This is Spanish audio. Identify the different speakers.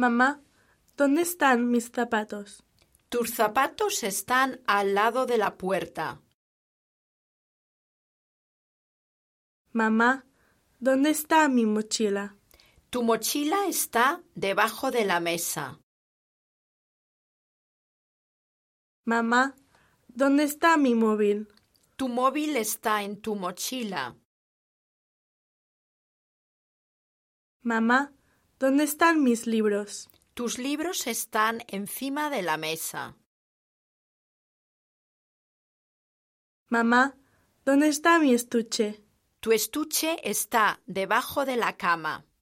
Speaker 1: Mamá, ¿dónde están mis zapatos?
Speaker 2: Tus zapatos están al lado de la puerta.
Speaker 1: Mamá, ¿dónde está mi mochila?
Speaker 2: Tu mochila está debajo de la mesa.
Speaker 1: Mamá, ¿dónde está mi móvil?
Speaker 2: Tu móvil está en tu mochila.
Speaker 1: Mamá, ¿dónde están mis libros?
Speaker 2: Tus libros están encima de la mesa.
Speaker 1: Mamá, ¿dónde está mi estuche?
Speaker 2: Tu estuche está debajo de la cama.